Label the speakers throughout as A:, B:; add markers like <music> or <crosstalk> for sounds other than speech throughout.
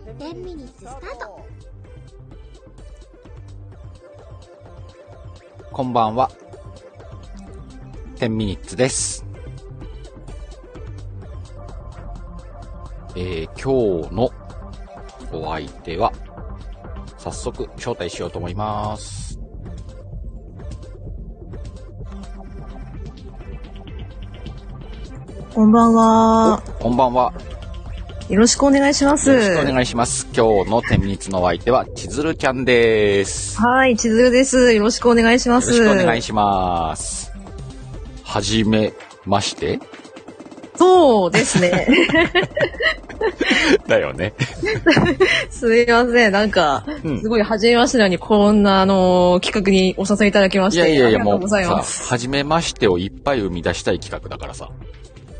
A: <laughs>
B: 10ミニッツスタート。
C: こんばんは。10ミニッツです。えー、今日のお相手は、早速招待しようと思います。
A: こんばんは。
C: こんばんは。
A: よろしくお願いしま
C: よろしくお
A: す。
C: 願いします。今日の10ミニッツのお相手は、ちずるちゃんです。よ
A: はい、千鶴です。よろしくお願いしま
C: ろ
A: す。
C: しくお願いします。はじめまして
A: そうで
C: <laughs>
A: すね。
C: だよね。
A: すいません。なんか、
C: うん
A: すごい、初めましてなのに、こんな、あのー企画にお誘いいただきまし
C: い
A: て。
C: やいやいや、
A: ありがと
C: も
A: う
C: う
A: ござい
C: さ、
A: ます。
C: はじめましてをいっぱい生み出したい企画だからさ。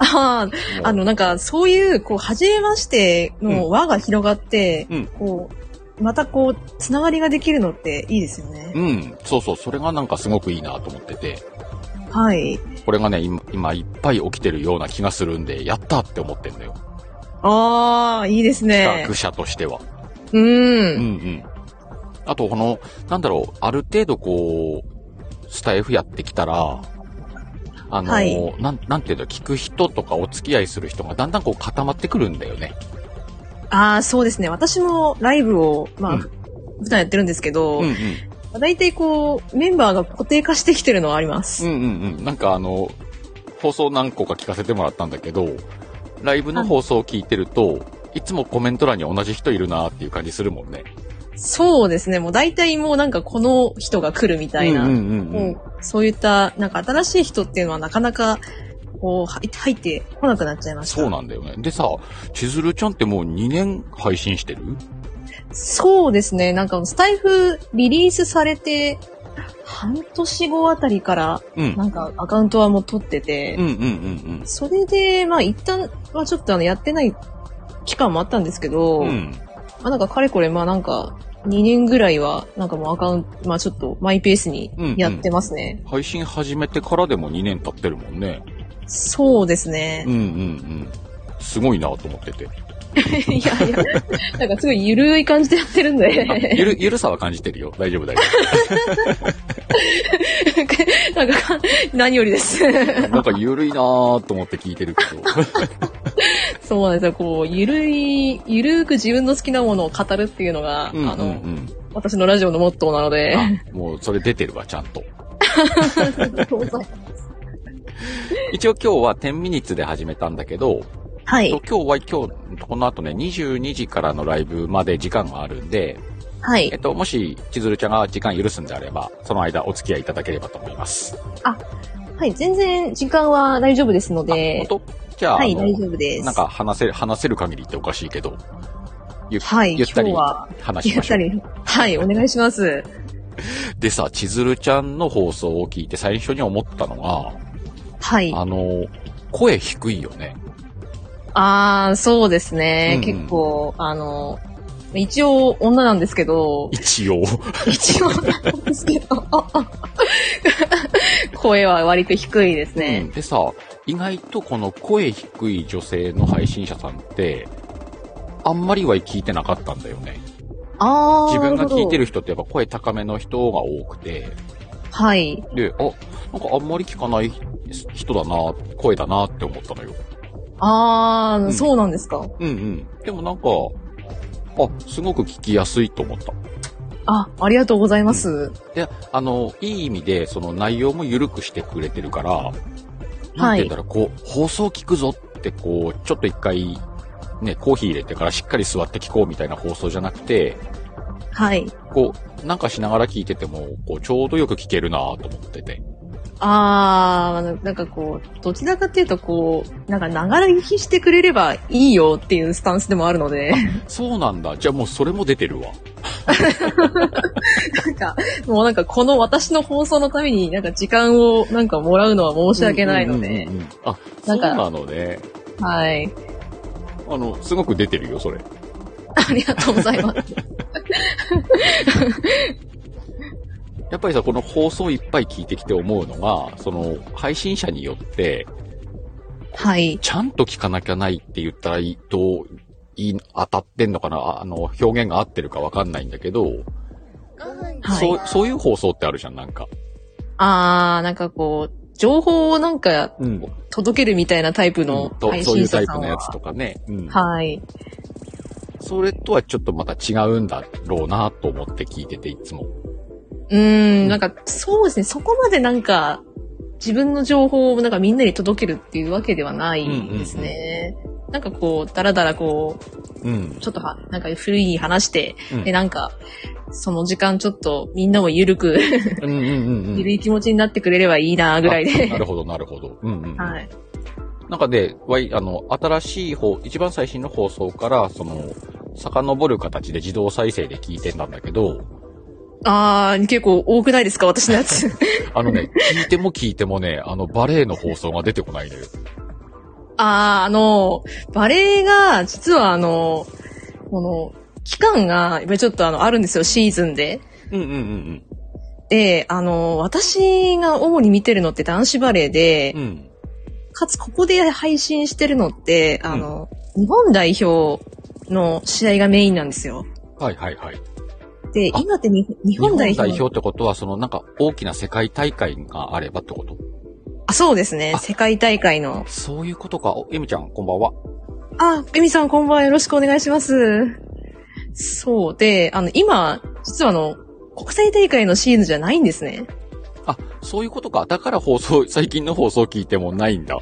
A: あー
C: もう
A: あの、なんか、そういう、こう、初めましての輪が広がって、
C: うん
A: こう、またこう、つながりができるのっていいですよね。
C: うん、そうそう、それがなんかすごくいいなと思ってて、
A: はい。
C: これがね、今、今いっぱい起きてるような気がするんで、やったって思ってんのよ。
A: ああ、いいですね
C: 企。画者としては。
A: う
C: うん
A: ん。
C: うん。あと、この、なんだろう、ある程度こう、スタイフやってきたら、あの、
A: はい
C: なん、なんていうの、聞く人とかお付き合いする人がだんだんこう固まってくるんだよね。
A: ああ、そうですね。私もライブを、まあ、
C: うん
A: 普段やってるんですけど、
C: うんうん。
A: 大体こう、メンバーが固定化してきてるのはありま
C: う
A: す。
C: んうんうん。なんかあの、放送何個か聞かせてもらったんだけど、ライブの放送を聞いてると、いつもコメント欄に同じ人いるなっていう感じするもんね。
A: そうですね。もう大体もうなんかこの人が来るみたいな。
C: うんうんうんう
A: も
C: ん
A: うそういった、なんか新しい人っていうのはなかなか、こう、入って入ってこなくなっちゃいました。
C: そうなんだよね。でさ、千鶴ちゃんってもう2年配信してる
A: そうですね。なんかスタイフリリースされて、半年後あたりから、
C: うん。
A: なんかアカウントはもう取ってて、
C: うんうんうん
A: それで、まあ一旦はちょっとあの、やってない期間もあったんですけど、
C: うん。うん。
A: まあなんかかれこれまあなんか2年ぐらいはなんかもうアカウント、まあちょっとマイペースにやってますね。
C: 配信始めてからでも2年経ってるもんね。
A: そうですね
C: うん。うんうん。すごいなと思って
A: <laughs>
C: て。
A: いやいや、なんかすごいゆるい感じでやってるん
C: あ
A: で、
C: <laughs> ゆる、ゆるさは感じてるよ。大丈夫大丈
A: なんか何よりです。 <laughs>
C: 夫。なんかゆるいなーと思って聞いてるけど。
A: そうなんですよ。こう、ゆるい、ゆるく自分の好きなものを語るっていうの
C: <laughs>
A: が、
C: うんうん
A: あ
C: う
A: の、
C: ん。
A: 私のラジオのモットーなので、
C: あ、もうそれ出てるわ、ちゃんと。一応今日は10ミニッツで始めたんだけど、
A: はい
C: 今、日は今日、この後ね、22時からのライブまで時間があるんで、
A: は
C: えっ
A: い。
C: と、もし、千鶴ちゃんが時間許すんであれば、その間お付き合いいただければと思います。
A: はい、全然時間は大丈夫ですので、
C: 本当じゃあ、
A: はい、
C: あの
A: 大丈夫です。
C: なんか話せる、話せる限りっておかしいけど、ゆ,、
A: はい、
C: ゆ
A: 今
C: っ
A: 日
C: たり
A: は、
C: 話し
A: ゆ
C: ま
A: っ
C: しょ
A: た
C: う。
A: り、はい、お願いします。
C: でさ、千鶴ちゃんの放送を聞いて最初に思ったのが、
A: はい。
C: あの、声低いよね。
A: あー、そうですね。
C: うんうん、
A: 結構、あの、一応女なんですけど
C: 一応。
A: 一応女なんですけど、 <laughs> 声は割と低いです
C: う
A: ね。
C: んでさ、意外とこの声低い女性の配信者さんって、あんまりは聞いてなかったんだよね。
A: あー。
C: 自分が聞いて
A: る
C: る人ってやっぱ声高めの人が多くて、
A: ほど。はい。
C: で、あ、なんかあんまり聞かない人だな、声だなって思ったのよ。
A: あー、
C: うん
A: そうなんですか。
C: うんうん。でもなんか、あ、すごく聞きやすいと思った。
A: あ、ありがとうございます。
C: で、あの、いい意味で、その内容も緩くしてくれてるから、なんて言うんだろう、こう、放送聞くぞって、こう、ちょっと一回、ね、コーヒー入れてからしっかり座って聞こうみたいな放送じゃなくて、
A: はい。
C: こう、なんかしながら聞いてても、こう、ちょうどよく聞けるなと思ってて。
A: あー、なんかこう、どちらかっていうとこう、なんか長らぎしてくれればいいよっていうスタンスでもあるので。
C: そうなんだ。じゃあもうそれも出てるわ。
A: なんか、もうなんかこの私の放送のためになんか時間をなんかもらうのは申し訳ないので
C: うん、うんうんうん。あ、そ
A: な
C: うん
A: か
C: なのね。
A: はい。 <laughs>
C: あの、すごく出てるよ、それ。
A: ありがとうございます。
C: やっぱりさ、この放送いっぱい聞いてきて思うのが、その、配信者によって、
A: <laughs> はい。
C: ちゃんと聞かなきゃないって言ったらいいと、いい、当たってんのかなああの、表現が合ってるかわかんないんだけど、
A: はい
C: そう、そういうう放送ってあるじゃん、なんか。
A: あー、なんかこう、情報をなんか
C: うん。
A: 届けるみたいなタイプの
C: と
A: 配
C: そうい
A: 信
C: うタイ
A: 者さ
C: プ
A: ん
C: の
A: は。
C: やつとかね。うん。
A: はい。
C: それとはちょっとまた違うんだろうなと思って聞いてて、いつも。
A: うーん、なんか、そうですね、そこまでなんか、自分の情報をなんかみんなに届けるっていうわけではないですね。なんかこう、だらだらこう、
C: うん。
A: ちょっとは、なんか古いに話して、
C: うん
A: で、なんか、その時間ちょっとみんなもゆるく、
C: うんうんうんうん。
A: ゆるい気持ちになってくれればいいなぐらい
C: あ <laughs> な
A: で。
C: るほど、なるほど。うんうん。
A: はい。
C: なんかで、わい、あの、新しい方、一番最新の放送から、その、遡る形で自動再生で聞いてたんだけど、
A: あー、結構多くないですか私のや
C: <laughs>
A: つ。
C: あのね、聞いても聞いてもね、あの、バレエの放送が出てこないのよ。
A: あー、あの、バレエが、実はあの、この、期間が、やっぱりちょっとあの、あるんですよ、シーズンで。
C: うんうんうん
A: で、あの、私が主に見てるのって男子バレーで
C: うん。、うん。
A: かつここで配信してるのって、あの、日本代表の試合がメインなんですよ。
C: はいはいはい。
A: で、
C: あ
A: 今ってに日
C: 日本
A: 本代
C: 代
A: 表
C: 表ってことは、そのなんか大きな世界大会があればってこと
A: あ、そうですね
C: あ。
A: 世界大会の。
C: そういうことか。お、エミちゃん、こんばんは。
A: あ、エミさんこんばんはよろしくお願いします。そう。で、あの、今、実はあの、国際大会のシーズンじゃないんですね。
C: あ、そういうことか。だから放送、 <laughs> 最近の放送聞いてもないんだ。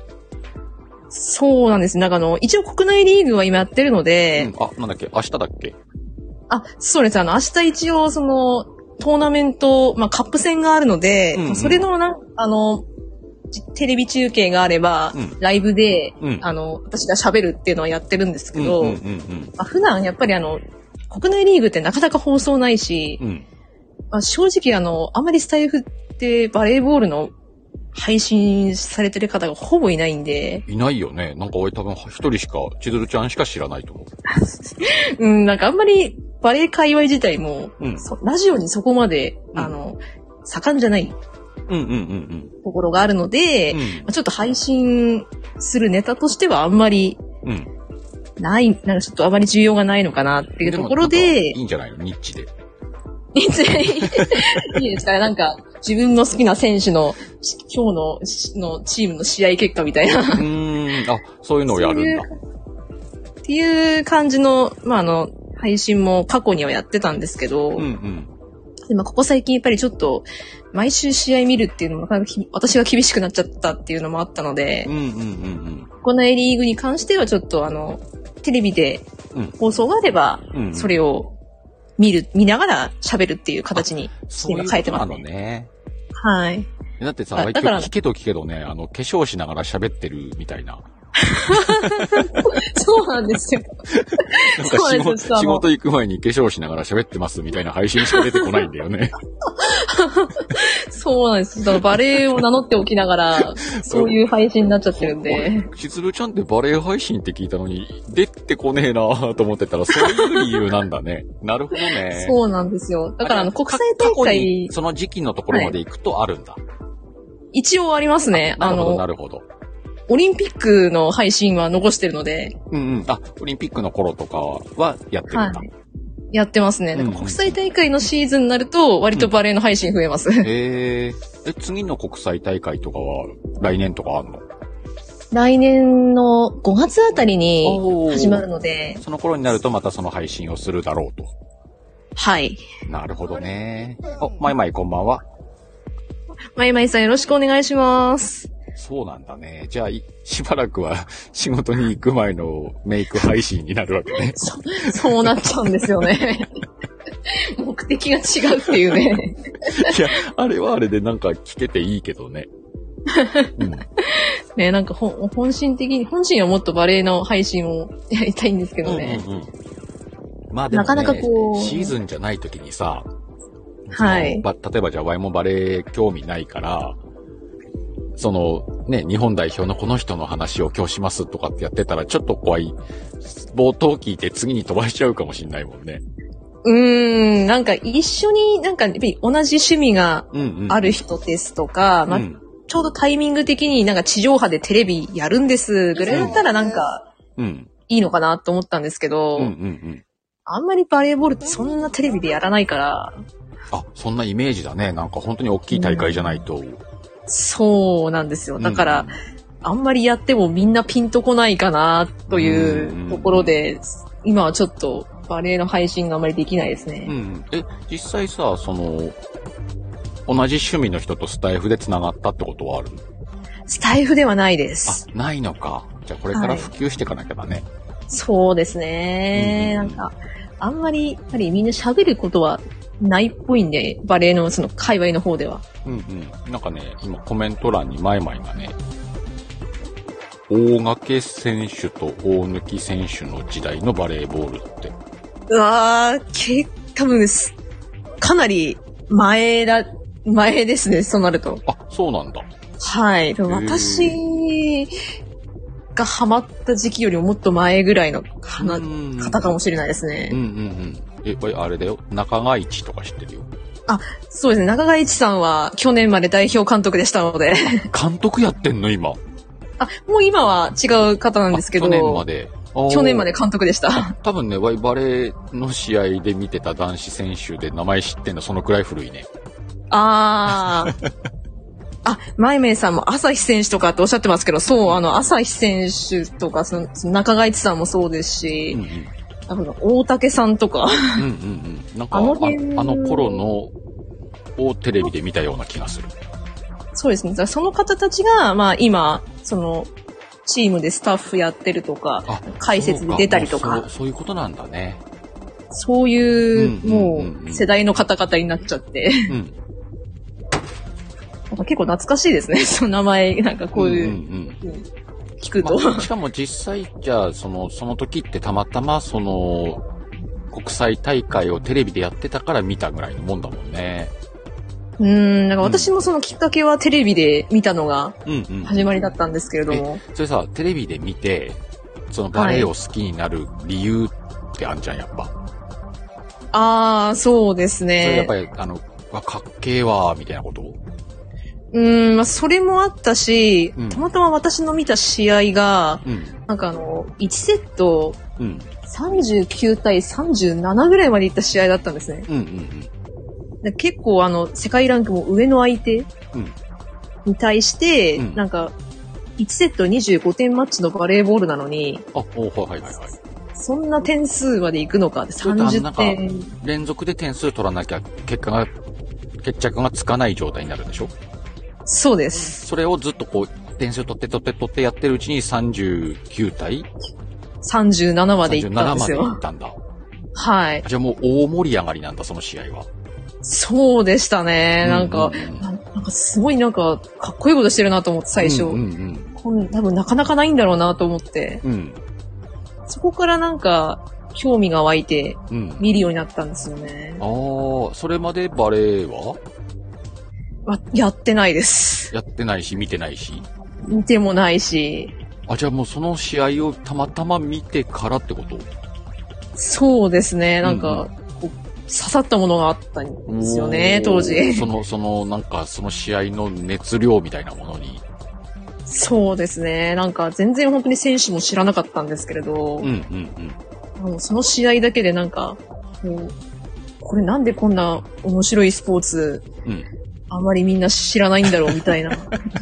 A: そうなんです。なんかあの、一応国内リーグは今やってるので、
C: うん、あ、なんだっけ明日だっけ
A: あ、そうです。あの、明日一応、その、トーナメント、まあ、カップ戦があるので、
C: うんうん
A: それのな、あの、じテレビ中継があれば、
C: うん
A: ライブで、
C: うん。
A: あの、私が喋るっていうのはやってるんですけど、
C: うんうんうん
A: まあ、普段やっぱりあの、国内リーグってなかなか放送ないし
C: うん。、うん。
A: まあ、正直あの、あまりスタイフってバレーボールの配信されてる方がほぼいないんで、
C: いないよね。なんか俺多分一人しか、千鶴ちゃんしか知らないと思
A: うん、なんかあんまりバレー界隈自体も、
C: う。うん。
A: そラジオにそこまで、
C: うん
A: あの、盛んじゃない
C: うんうんうん
A: ところがあるので、
C: うん
A: ま。あちょっと配信するネタとしてはあんまり
C: うん。うん。
A: ない、なんかちょっとあまり需要がないのかなっていうところで、
C: いいんじゃないのニッチで。
A: いいですかね、なんか自分の好きな選手のし今日のしのチームの試合結果みたいな、
C: うーん。あ、そういうのをやるんだ。
A: っていう感じの、まああの、配信も過去にはやってたんですけど、
C: うんうん。
A: でまあここ最近やっぱりちょっと、毎週試合見るっていうのもなかなかき <laughs> 私が厳しくなっちゃったっていうのもあったので
C: うん、うんうん
A: 国内リーグに関してはちょっとあの、テレビで
C: うん
A: 放送があれば、
C: うん。うん。
A: それを見る、見ながら喋るっていう形に。
C: そういう
A: 今変えてます
C: ことなのね。 <laughs>
A: はい。
C: だってさ、
A: あだから
C: 聞けど聞けどね、あの、化粧しながら喋ってるみたいな。
A: そうなんですよ。
C: なんか
A: そう
C: 仕
A: なん
C: 事
A: ですよあの
C: 仕事行く前に化粧しながら喋ってますみたいな配信しか出てこないんだよね。
A: <laughs> そうなんです。だからバレエを名乗っておきな
C: <laughs>
A: がら、そういう配信になっちゃってるんで。
C: しつるちゃんってバレエ配信って聞いたのに、出てこねえなぁと思ってたら、そういう理由なんだね。なるほどね。
A: そうなんですよ。だからあの、国際大
C: 過去に
A: 会、
C: その時期のところまで行くとあるんだ。
A: 一応ありますね。
C: な
A: あ
C: るほど、
A: の
C: な、るほど。
A: オリンピックの配信は残してるので、
C: うんうん。あ、オリンピックの頃とかはやってるんだ。
A: はやってますね。なんか国際大会のシーズンになると、割とバレエの配信増えます。
C: えー、え、次の国際大会とかは来年とかあんの
A: 来年の5月あたりに
C: おー
A: 始まるので、
C: その頃になるとまたその配信をするだろうと。
A: はい。
C: なるほどね。お、まいまいこんばんは。
A: まいまいさんよろしくお願いします。
C: そうなんだね。じゃあ、い <laughs> しばらくは <laughs> 仕事に行く前のメイク配信になるわけね。
A: そうなっちゃうんです
C: <laughs>
A: よね。目的が違うっていうね。
C: いや、あれはあれでなんか聞けていいけどね。うん、
A: ね、なんか本本心的に、本心はもっとバレエの配信をやりたいんですけどね。
C: うんうんうんまあでも、ね、
A: なかなかこう
C: シーズンじゃない時にさ、
A: はい
C: そのば例えばじゃあワイもバレー興味ないから、そのね、日本代表のこの人の話を今日しますとかってやってたらちょっと怖い。冒頭聞いて次に飛ばしちゃうかもしんないもんね。
A: うーん、なんか一緒になんかやっぱり同じ趣味が
C: うんうん。
A: ある人ですとか、
C: う
A: まあ
C: ん。
A: ちょうどタイミング的になんか地上波でテレビやるんですぐらいだったらなんか、
C: うん。
A: いいのかなと思ったんですけど、
C: うんうんうん。
A: あんまりバレーボールってそんなテレビでやらないから、
C: あ、そんなイメージだね。なんか本当に大きい大会じゃないと。
A: そうなんですよ。だから、あんまりやってもみんなピンとこないかなというところで、今はちょっとバレーの配信があんまりできないです
C: うん、う
A: ね。
C: んうん。え、実際さ、その、同じ趣味の人とスタイフで繋がったってことはある
A: スタイフではないで
C: あ
A: す。、
C: ないのか。じゃあこれから普及していかなきゃだね。
A: そうですね。
C: う
A: なんんか、あんまり、やっぱりみんな喋ることはないっぽいんで、バレーのその界隈の方では。
C: うんうん。なんかね、今コメント欄にマイマイがね、大掛選手と大貫選手の時代のバレーボールって。
A: うわー、け、多分す、かなり前だ、前ですね、そうなると。
C: あ、そうなんだ。
A: はい。でも
C: へー
A: 私がハマった時期よりももっと前ぐらいのかな、
C: うん
A: 方かもしれないですね。
C: うんうんうん。え、あれだよ。中川市とか知ってるよ。
A: そうですね。中川一さんは去年まで代表監督でしたので、
C: 監督やってんの今。
A: あ、もう今は違う方なんですけど、
C: あ去年まで。あー
A: 去年まで。監督でした。
C: 多分ね、ワイバレーの試合で見てた男子選手で名前知ってんのそのくらい古いね。
A: ああ。あ、マイメイさんも朝日選手とかっておっしゃってますけど、そう、あの、朝日選手とか、その、その中川一さんもそうです
C: うんう
A: し、
C: ん。
A: あの、大竹さんとか、 <laughs>
C: うんうんうん。なんか、あ
A: あの辺
C: あの頃の、をテレビで見たような気がする。
A: そうですね。だからその方たちが、まあ今、その、チームでスタッフやってるとか、
C: あ、
A: 解説に出たりとか
C: そうそうそういうことなんだね。
A: そういう、
C: うんうんう
A: も
C: んうん
A: う、世代の方々になっちゃって、 <laughs>
C: うん。
A: なんか結構懐かしいですね。 <laughs> その名前、なんかこうい
C: ん
A: う、
C: んん
A: 聞くと。
C: まあしかも実際、じゃあ、その、その時ってたまたま、その、国際大会をテレビでやってたから見たぐらいのもんだもんね。
A: うん、なんか私もそのきっかけはテレビで見たのが
C: うんうん
A: 始まりだったんですけれども、
C: それさ、テレビで見て、そのバレエを好きになる理由ってあんじゃん、やっぱ。
A: ああ、そうです
C: それやっ
A: ね。
C: ぱり、あの、わかっけえわー、みたいなこと
A: うーん、まあ、それもあったし、
C: うん
A: たまたま私の見た試合が、
C: うん。
A: なんかあの、1セット
C: うん。
A: 39対37ぐらいまでいった試合だったんですね。
C: うんうん
A: で結構あの、世界ランクも上の相手
C: うん
A: に対して、
C: うん
A: なんか、1セット25点マッチのバレーボールなのに、
C: うん。あ、おはいはいはい。
A: そんな点数までいくのかって
C: そうだな
A: 30
C: んか
A: 点。
C: 連続で点数取らなきゃ、結果が、決着がつかない状態になるでしょ
A: そうです。
C: それをずっとこう、点数取って取って取ってやってるうちに39対
A: 37までいっ
C: 37
A: た
C: ま
A: んです
C: でい
A: よ。
C: ったんだ。
A: はい。
C: じゃあもう大盛り上がりなんだ、その試合は。
A: そうでしたね。なんか
C: う、ううん
A: ななんかすごいなんか、かっこいいことしてるなと思って、最初。
C: うんうん
A: こん多分なかなかないんだろうなと思って。
C: うん。うん
A: そこからなんか、興味が湧いて、
C: うん。
A: 見るようになったんですよね。
C: ああ、それまでバレエは
A: わやってないです。
C: やってないし、見てないし。
A: 見てもないし。
C: あ、じゃあもうその試合をたまたま見てからってこと
A: そうですね。なん
C: うんう
A: か、こう刺さったものがあったんですよね、当時。
C: その、その、なんか、その試合の熱量みたいなものに。
A: そうですね。なんか、全然本当に選手も知らなかったんですけれど。
C: うんうん
A: もうその試合だけでなんか、もう、これなんでこんな面白いスポーツ、
C: うん。うん。
A: あんまりみんな知らないんだろうみたいな。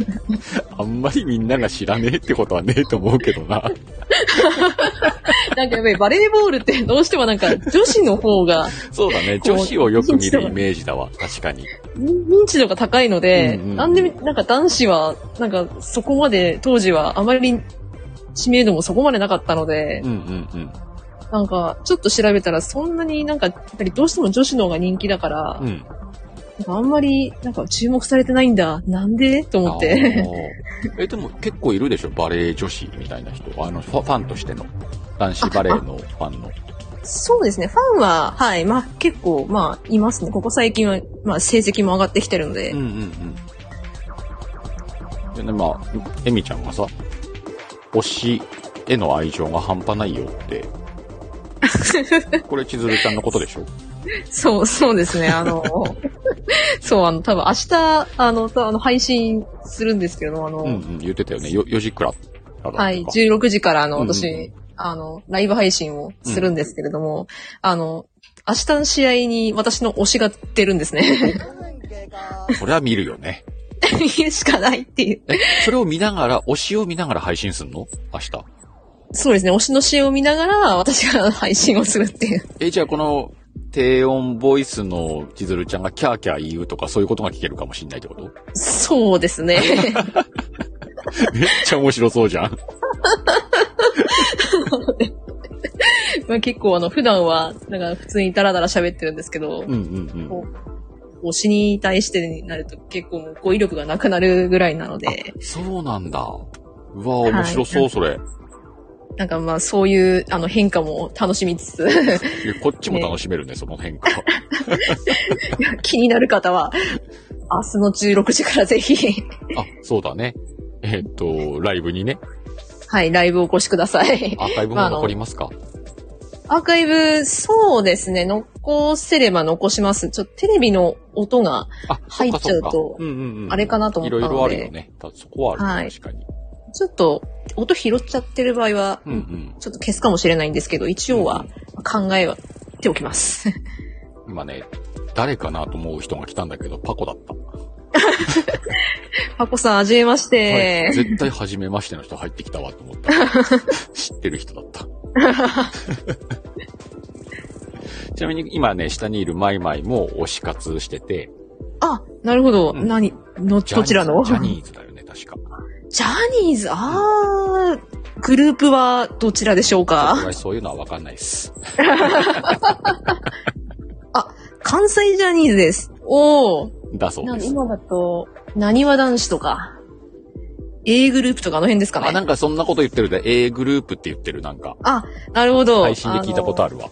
A: <laughs>
C: あんまりみんなが知らねえってことはねえと思うけど <laughs> な。
A: なんかやっぱりバレーボールってどうしてもなんか女子の方が <laughs>
C: そうだね。女子をよく見るイメージだわ。確かに。
A: 認知度が高いので、
C: うんうんうん
A: なんでなんか男子はなんかそこまで当時はあまり知名度もそこまでなかったので
C: う、んうんうん。
A: なんかちょっと調べたらそんなになんかやっぱりどうしても女子の方が人気だから、
C: うん。
A: なんかあんまりなんか注目されてないんだ。なんでと思って。
C: あ <laughs> ー。え、でも結構いるでしょバレエ女子みたいな人。あの、ファファンとしての。男子バレエのファンの。
A: そうですね。ファンは、はい。まあ、結構、まあ、いますね。ここ最近は、まあ、成績も上がってきてるので。
C: うんうんうん。でね、まあ、エミちゃんがさ、推しへの愛情が半端ないよって。 <laughs> これ、千鶴ちゃんのこと <laughs> でしょ
A: そう、そうですね。あ
C: <laughs>
A: の、そう、あの、多分明日、あの、たあの配信するんですけど、あの、
C: うんうん、言ってたよね。よ4時くらいだったか。
A: はい、16時から、あの、
C: うんうん
A: 私、あの、ライブ配信をするんですけれども、あの、明日の試合に私の推しが出るんですね。
C: それは見るよね。
A: 見 <laughs> るしかないっていう。
C: それを見ながら、推しを見ながら配信すんの明日。
A: そうですね、推しの試合を見ながら私が配信をするっていう。
C: え、じゃあこの、低音ボイスの千鶴ちゃんがキャーキャー言うとかそういうことが聞けるかもしんないってこと <laughs>
A: そうですね。
C: めっちゃ面白そうじゃん。
A: まあ結構あの、普段は、なんか普通にダラダラ喋ってるんですけ
C: <laughs>
A: ど、
C: うんうんうん。
A: こう推しに対してになると結構もう語彙力がなくなるぐらいなので、
C: そうなんだ。うわ、面白そう、それ。
A: なんかまあそういうあの変化も楽しみつつ、 <laughs>
C: いやこっちも楽しめるね、その変化。
A: 気になる方は、明日の16時からぜひ、 <laughs>
C: あ、そうだね。えっと、ライブにね、
A: はい、ライブをお越しください。
C: アーカイブも残りますか。
A: アーカイブ、そうですね、残せれば残します。ちょっとテレビの音が、
C: あ、
A: 入っちゃうと
C: そかそかんうんうん
A: あれかなと思ったので
C: いろいろあるよね。たそこはあるね、
A: はい
C: 確かに。
A: ちょっと音拾っちゃってる場合は、
C: うんうん。
A: ちょっと消すかもしれないんですけど、一応は考えはてお
C: <laughs>
A: きます。
C: 今ね、誰かなと思う人が来たんだけど、パコだった。
A: パコさん、はじめまして。
C: 絶対初めましての人入ってきたわと思った。
A: <laughs>
C: 知ってる人だった。 <laughs> ちなみに今ね、下にいるマイマイも推し活してて、
A: あ、なるほど。
C: うん
A: 何の、ど
C: ジャニーズ
A: ちらの
C: ジャニーズだよね、確か。
A: ジャニーズ、あー、グループはどちらでしょう
C: 僕
A: か
C: はそういうのはわかんないです。
A: 関西ジャニーズです。おー。
C: だそう
A: なん
C: で。
A: です今だと、なにわ男子とか、A グループとかあの辺ですか
C: あ、な
A: ね。
C: んかそんなこと言ってるで、A グループって言ってる、なんか。
A: あ、なるほど。
C: 配信で聞いたことあ
A: る。
C: るわ。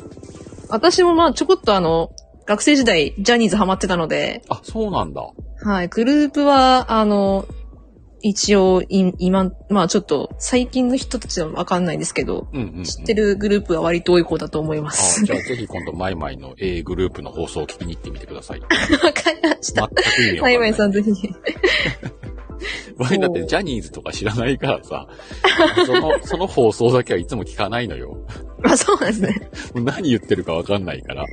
A: 私もまあちょこっとあの、学生時代、ジャニーズハマってたので、
C: あ、そうなんだ。
A: はい、グループは、あの、一応、い今、まあちょっと、最近の人たちはわかんないですけど、
C: うんうん、うん。
A: 知ってるグループは割と多い方だと思いま
C: あ
A: す
C: じ。ゃあぜひ今度、マイマイの A グループの放送を聞きに行ってみてください。
A: <laughs> わかりまし
C: 全く意味わ
A: た。
C: かんない。
A: タイ <laughs> マ
C: <laughs>
A: イさんぜひ。
C: わだってジャニーズとか知らないからさ、 <laughs> その、その放送だけはいつも聞かないのよ。 <laughs>
A: まあそうなんですね。
C: 何言ってるかわかんないから。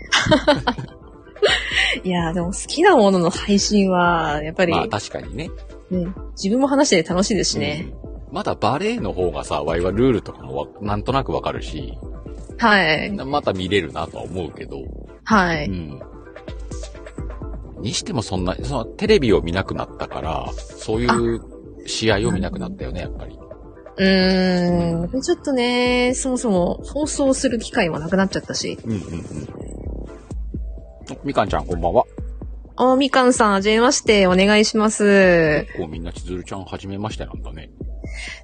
A: いやーでも好きなものの配信は、やっぱり、
C: まあ確かにね。
A: うん、自分も話してて楽しいですしね。
C: うんまだバレエの方がさ、ワイはルールとかもわなんとなくわかるし、
A: はい。
C: また見れるなとは思うけど、
A: はい。
C: うん。にしてもそんな、そのテレビを見なくなったから、そういう試合を見なくなったよね、やっぱり。
A: うーん。ちょっとね、そもそも放送する機会もなくなっちゃったし。
C: うんうんうん。みかんちゃんこんばんは。
A: あ、みかんさん、はじめまして、お願いします。
C: 結構みんな千鶴ちゃん初めましてなんだね。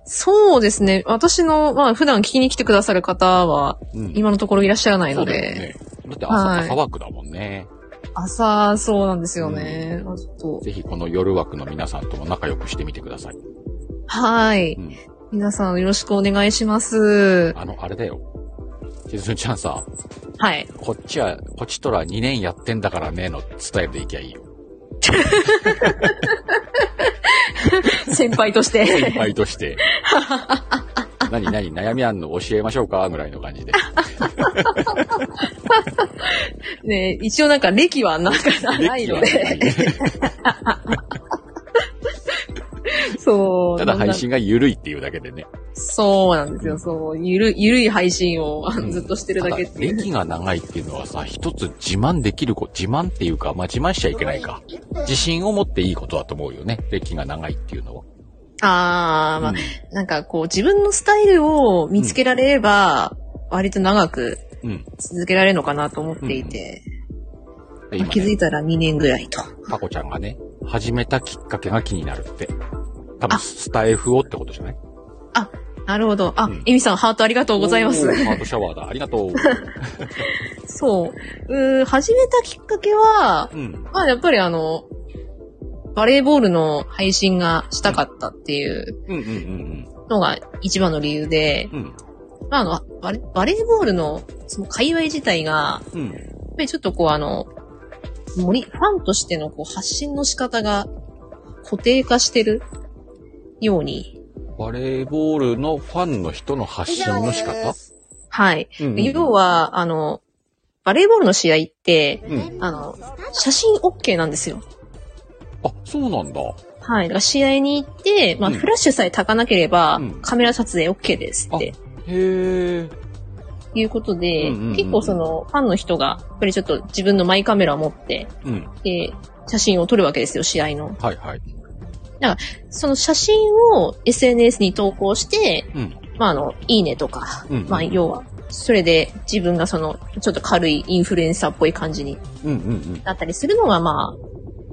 A: そうですね。私の、まあ、普段聞きに来てくださる方は、
C: うん
A: 今のところいらっしゃらないので、
C: そうだよね、だって朝、
A: はい
C: 朝枠だもんね。
A: 朝、そうなんですよね。あちょっと、
C: ぜひこの夜枠の皆さんとも仲良くしてみてください。
A: はい。
C: うん。
A: 皆さん、よろしくお願いします。
C: あの、あれだよ。しずるちゃんさ、
A: はい。
C: こっちは、こっちとら2年やってんだからねのスタイルでいきゃいいよ。
A: 先輩とし
C: 先
A: て。
C: 輩として。何何悩みあんの教えましょうかぐらいの感じで。
A: ね、一応なんか、歴はなんかないので。そう。
C: ただ
A: なん
C: 配信が緩いっていうだけでね。
A: そうなんですよ。そう。ゆる、ゆるい配信をあ
C: う
A: の
C: ん
A: <laughs> ずっとしてるだけって
C: ただ
A: いう。
C: 歴が長いっていうのはさ、一つ自慢できるこ、自慢っていうか、まあ自慢しちゃいけないか。自信を持っていいことだと思うよね。歴が長いっていうのは。
A: あー、まあ、なんかこう、自分のスタイルを見つけられれば、割と長く
C: うん。うん。
A: 続けられるのかなと思っていて、
C: で
A: まあ気づいたら2年ぐらいと。
C: パコちゃんがね、始めたきっかけが気になるって。多分
A: あ
C: スタイフをってことじゃない
A: なるほど。あ、
C: うん
A: エミさん、ハートありがとうございま
C: お
A: す
C: ー。ハートシャワーだ。ありがとう。
A: そう。うー始めたきっかけは、
C: うん。
A: まあやっぱりあの、バレーボールの配信がしたかったっていう
C: うんうんうん
A: のが一番の理由で、
C: うん。うん。
A: まああの、バレバレーボールのその界隈自体が、
C: うん。
A: やっぱりちょっとこうあの、森、ファンとしてのこう発信の仕方が固定化してるように
C: バレーボールのファンの人の発信の仕方
A: はい。
C: うんうん
A: で要は、あの、バレーボールの試合って、
C: うん
A: あの、写真 OK なんですよ。
C: あ、そうなんだ。
A: はい。だから試合に行って、まあ、
C: うん
A: フラッシュさえ焚かなければ、
C: うん
A: カメラ撮影 OK ですって
C: へえ。
A: いうことで、
C: うんうんうん
A: 結構その、ファンの人が、やっぱりちょっと自分のマイカメラを持って、
C: うん。
A: で、写真を撮るわけですよ、試合の。
C: はいはい。
A: その写真を SNS に投稿して、
C: うん。
A: まあ、あの、いいねとか、
C: うんうん
A: まあ、要は、それで自分がその、ちょっと軽いインフルエンサーっぽい感じに
C: うんうんうん。
A: なったりするのが、まあ、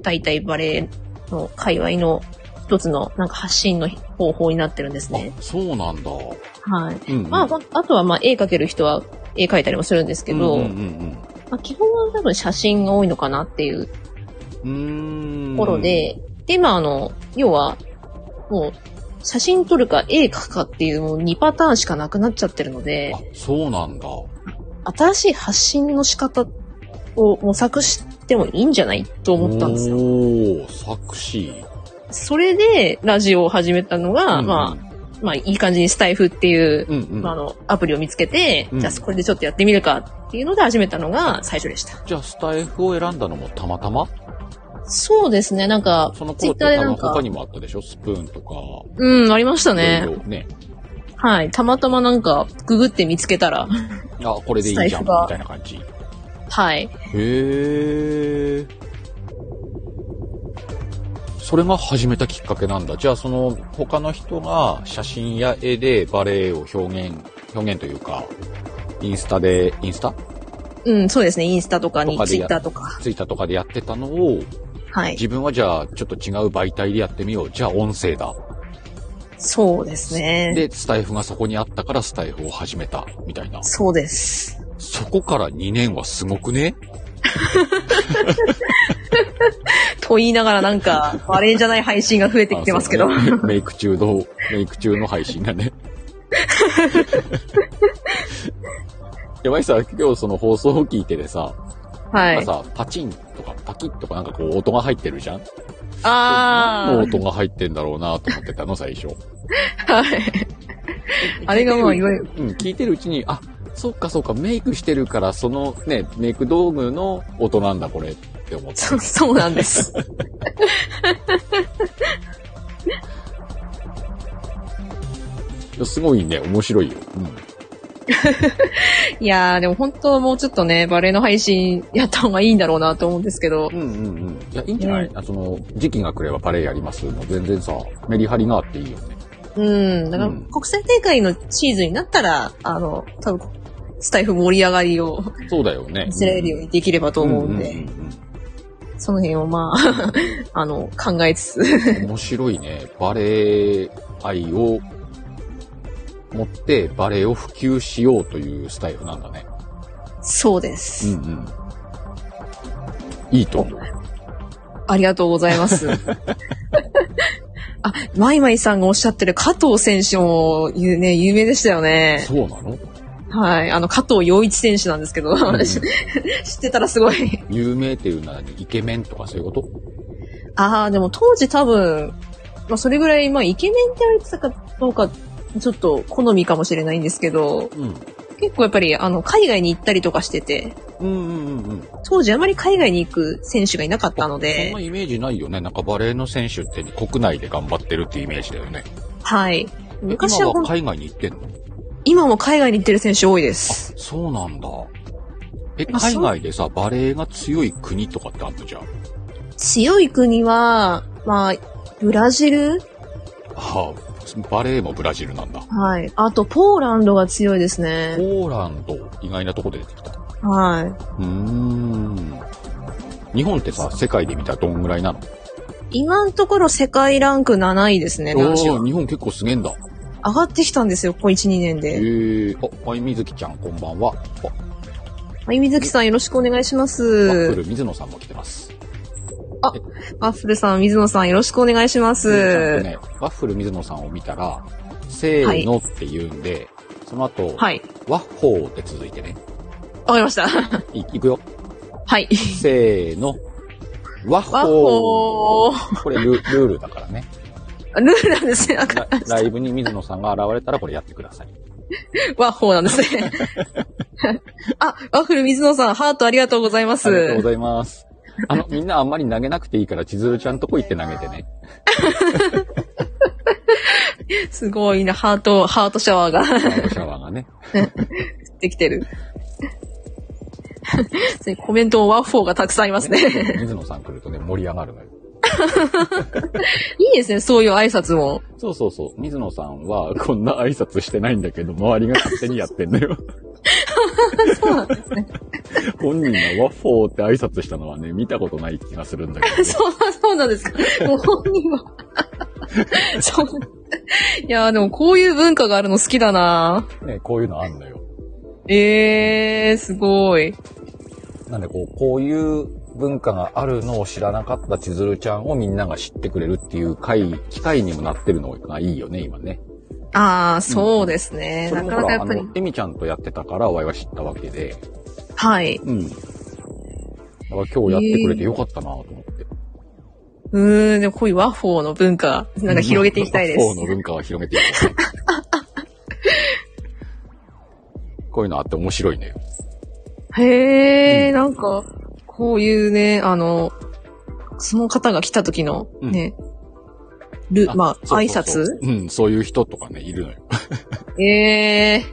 A: 大体バレエの界隈の一つの、なんか発信の方法になってるんですね。
C: あ、そうなんだ。
A: はい。
C: うん、うん。
A: まあ、ほんあとは、まあ、絵描ける人は絵描いたりもするんですけど、
C: うんうん
A: まあ、基本は多分写真が多いのかなっていう
C: うんうん。うーん。
A: ところ。で、で、まあ、あの、要は、もう、写真撮るか絵描くかっていうもう2パターンしかなくなっちゃってるので
C: あ、、そうなんだ。
A: 新しい発信の仕方を模索してもいいんじゃないと思ったんですよ。
C: おお、作詞。
A: それで、ラジオを始めたのが、ま
C: あ、
A: あ、まあ、いい感じにスタイフっていう、
C: うんうん。
A: まあ、あの、アプリを見つけて、
C: うん
A: じゃあ、これでちょっとやってみるかっていうので始めたのが最初でした。
C: じゃあ、スタイフを選んだのもたまたま
A: そうですね、なんか
C: その、
A: ツイ
C: 頃
A: ッ
C: って
A: ターでなん
C: 他他
A: か、
C: にもあったでしょスプーンとか。
A: うん、ありましたね
C: いろ。いろね。
A: はい、たまたまなんか、ググって見つけたら、
C: あ、これでいいじゃん、
A: スタイ
C: み
A: フが
C: たいな感じ。
A: はい。
C: へえ。それが始めたきっかけなんだ。じゃあその他の人が写真や絵でバレエを表現、表現というか、インスタで、インスタ
A: うん、そうですね、インスタとかに
C: と、か
A: ツ
C: で
A: イ
C: や
A: ッターとか。
C: ツイッターとかでやってたのを、
A: はい。
C: 自分はじゃあちょっと違う媒体でやってみよう。じゃあ音声だ。
A: そうですね。
C: で、スタイフがそこにあったからスタイフを始めた、みたいな。
A: そうです。
C: そこから2年はすごくね
A: と言いながらな
C: <laughs>
A: んか、バレーじゃない配信が増えてきてますけど。
C: あそうねメイク中の、メイク中の配信が
A: <laughs>
C: ね。やばいさ、今日その放送を聞いててさ、
A: は
C: なん
A: い。
C: かさ、パチンとかパキッとかなんかこう音が入ってるじゃんの
A: あ
C: 音が入ってんだろうなと思ってたの、最初。
A: あ。はい。 <laughs> あれがもういわゆる。
C: うん、聞いてるうちに、あ、そっかそっか、メイクしてるから、そのね、メイク道具の音なんだ、これって思った。
A: そ、そうな
C: <laughs>
A: んです。
C: すごいね、面白いよ。うん。
A: いやー、でも本当はもうちょっとね、バレーの配信やった方がいいんだろうなと思うんですけど。
C: うんうんうん。いや、いいんじゃない、
A: う
C: あその、時期が来ればバレエやりますの、全然さ、メリハリがあっていいよね。
A: うん。だから、
C: うん
A: 国際大会のシーズンになったら、あの、多分、スタイフ盛り上がりを
C: そうだよね。
A: 見せられるようにできればと思うんで、
C: んんうん
A: その辺をまあ、 <laughs> あの、考えつつ。
C: うん面白いね。バレエ愛を持ってバレエを普及しようというスタイルなんだね。
A: そうで
C: うん
A: す。
C: うん。いいと思う。
A: ありがとうござい
C: <laughs>
A: ます。あ、マイマイさんがおっしゃってる加藤選手も、ゆね、有名でしたよね。
C: そうなの
A: はい。あの、加藤洋一選手なんですけど、私 <laughs> 知ってたらすごい。
C: 有名っていうのは何イケメンとかそういうこと
A: ああ、でも当時多分、まあそれぐらい、まあイケメンって言われてたかどうか、ちょっと好みかもしれないんですけど、
C: うん。
A: 結構やっぱり、あの、海外に行ったりとかしてて、
C: うんうんうんうん。
A: 当時あまり海外に行く選手がいなかったの
C: そん
A: で
C: な、イメージないよね。なんかバレエの選手って国内で頑張ってるってイメージだよね。
A: はい。昔は
C: 今
A: ほん
C: は海外に行ってんの
A: 今も海外に行ってる選手多いです。
C: そうなんだ。え、
A: まあ
C: 海外でさ、バレエが強い国とかってあったじゃん。
A: 強い国は、まあ、ブラジル
C: ああ、バレエもブラジルなんだ。
A: はい。あと、ポーランドが強いですね。
C: ポーランド、意外なとこで出てきた。う
A: は
C: ーん。日本ってさ、世界で見たらどんぐらいなの
A: い。今のところ世界ランク7位ですね、
C: お
A: 男子は
C: ー日本結構すげえんだ。
A: 上がってきたんですよ、ここ1、2年
C: え
A: で。
C: ー、あ、まゆみずきちゃんこんばんは。あ、
A: あゆみずきさんよろしくお願いしま
C: ワッフ
A: す。
C: ル、水野さんも来てます。
A: ワッフルさん、水野さんよろしくお願いしま
C: ちゃんと
A: す。
C: ね、ワッフル水野さんを見たら、せーのって言うんで、その後、
A: はい。
C: ワッホーって続いてね。
A: わかりました。 <laughs>
C: い、いくよ。
A: はい。
C: せーの。ワッ
A: ワッ
C: ホ
A: ホ
C: ーこれルルールだからね。
A: ー。ルールなんですね、わか
C: ラ
A: りました
C: ライブに水野さんが現れたらこれやってください。
A: ワッホーなんです
C: <laughs>
A: ね。あ、ワッフル水野さん、ハートありがとうございま
C: ありがとうご
A: す。
C: ざいます。あの、みんなあんまり投げなくていいから、千鶴ちゃんとこ行って投げてね。
A: すごいな、ハート、ハートシャワーが降
C: シャワーが
A: <laughs>
C: ね。
A: ってきて <laughs> る。コメントもワッフォーがたくさんあります <laughs> ね。
C: 水野さん来るとね、盛り上がるのよ。
A: いいですね、そういう挨拶も。
C: そうそうそう。水野さんは、こんな挨拶してないんだけど、周りが勝手にやってんのよ。
A: そうなんですね。
C: 本人がワッフォーって挨拶したのはね、見たことない気がするんだけど、ね。
A: <laughs> そう、そうなん <laughs> ですか。もう本人は。 <laughs> そう。いやーでもこういう文化があるの好きだな
C: ね、こういうのあんのよ。
A: ええー、すごい。
C: なんでこう、こういう文化があるのを知らなかった千鶴ちゃんをみんなが知ってくれるっていう会、機会にもなってるのがいいよね、今ね。
A: ああ、そうですね。なかなかやっぱ
C: あ
A: り
C: の。、エミちゃんとやってたから、ワイは知ったわけで。
A: はい。
C: うん。だから今日やってくれてよかったなと思って。
A: うーん、でもこういうワッフォーの文化、なんか広げていきたいで
C: そうの
A: す。
C: 文化は広げていきたい。こういうのあって面白いね。
A: へ
C: う
A: え、
C: ん
A: なんか、こういうね、あの、その方が来た時の、ね、る、まあ、
C: そう
A: 挨
C: そうそ
A: 拶
C: ううん、そういう人とかね、いるのよ。
A: ええ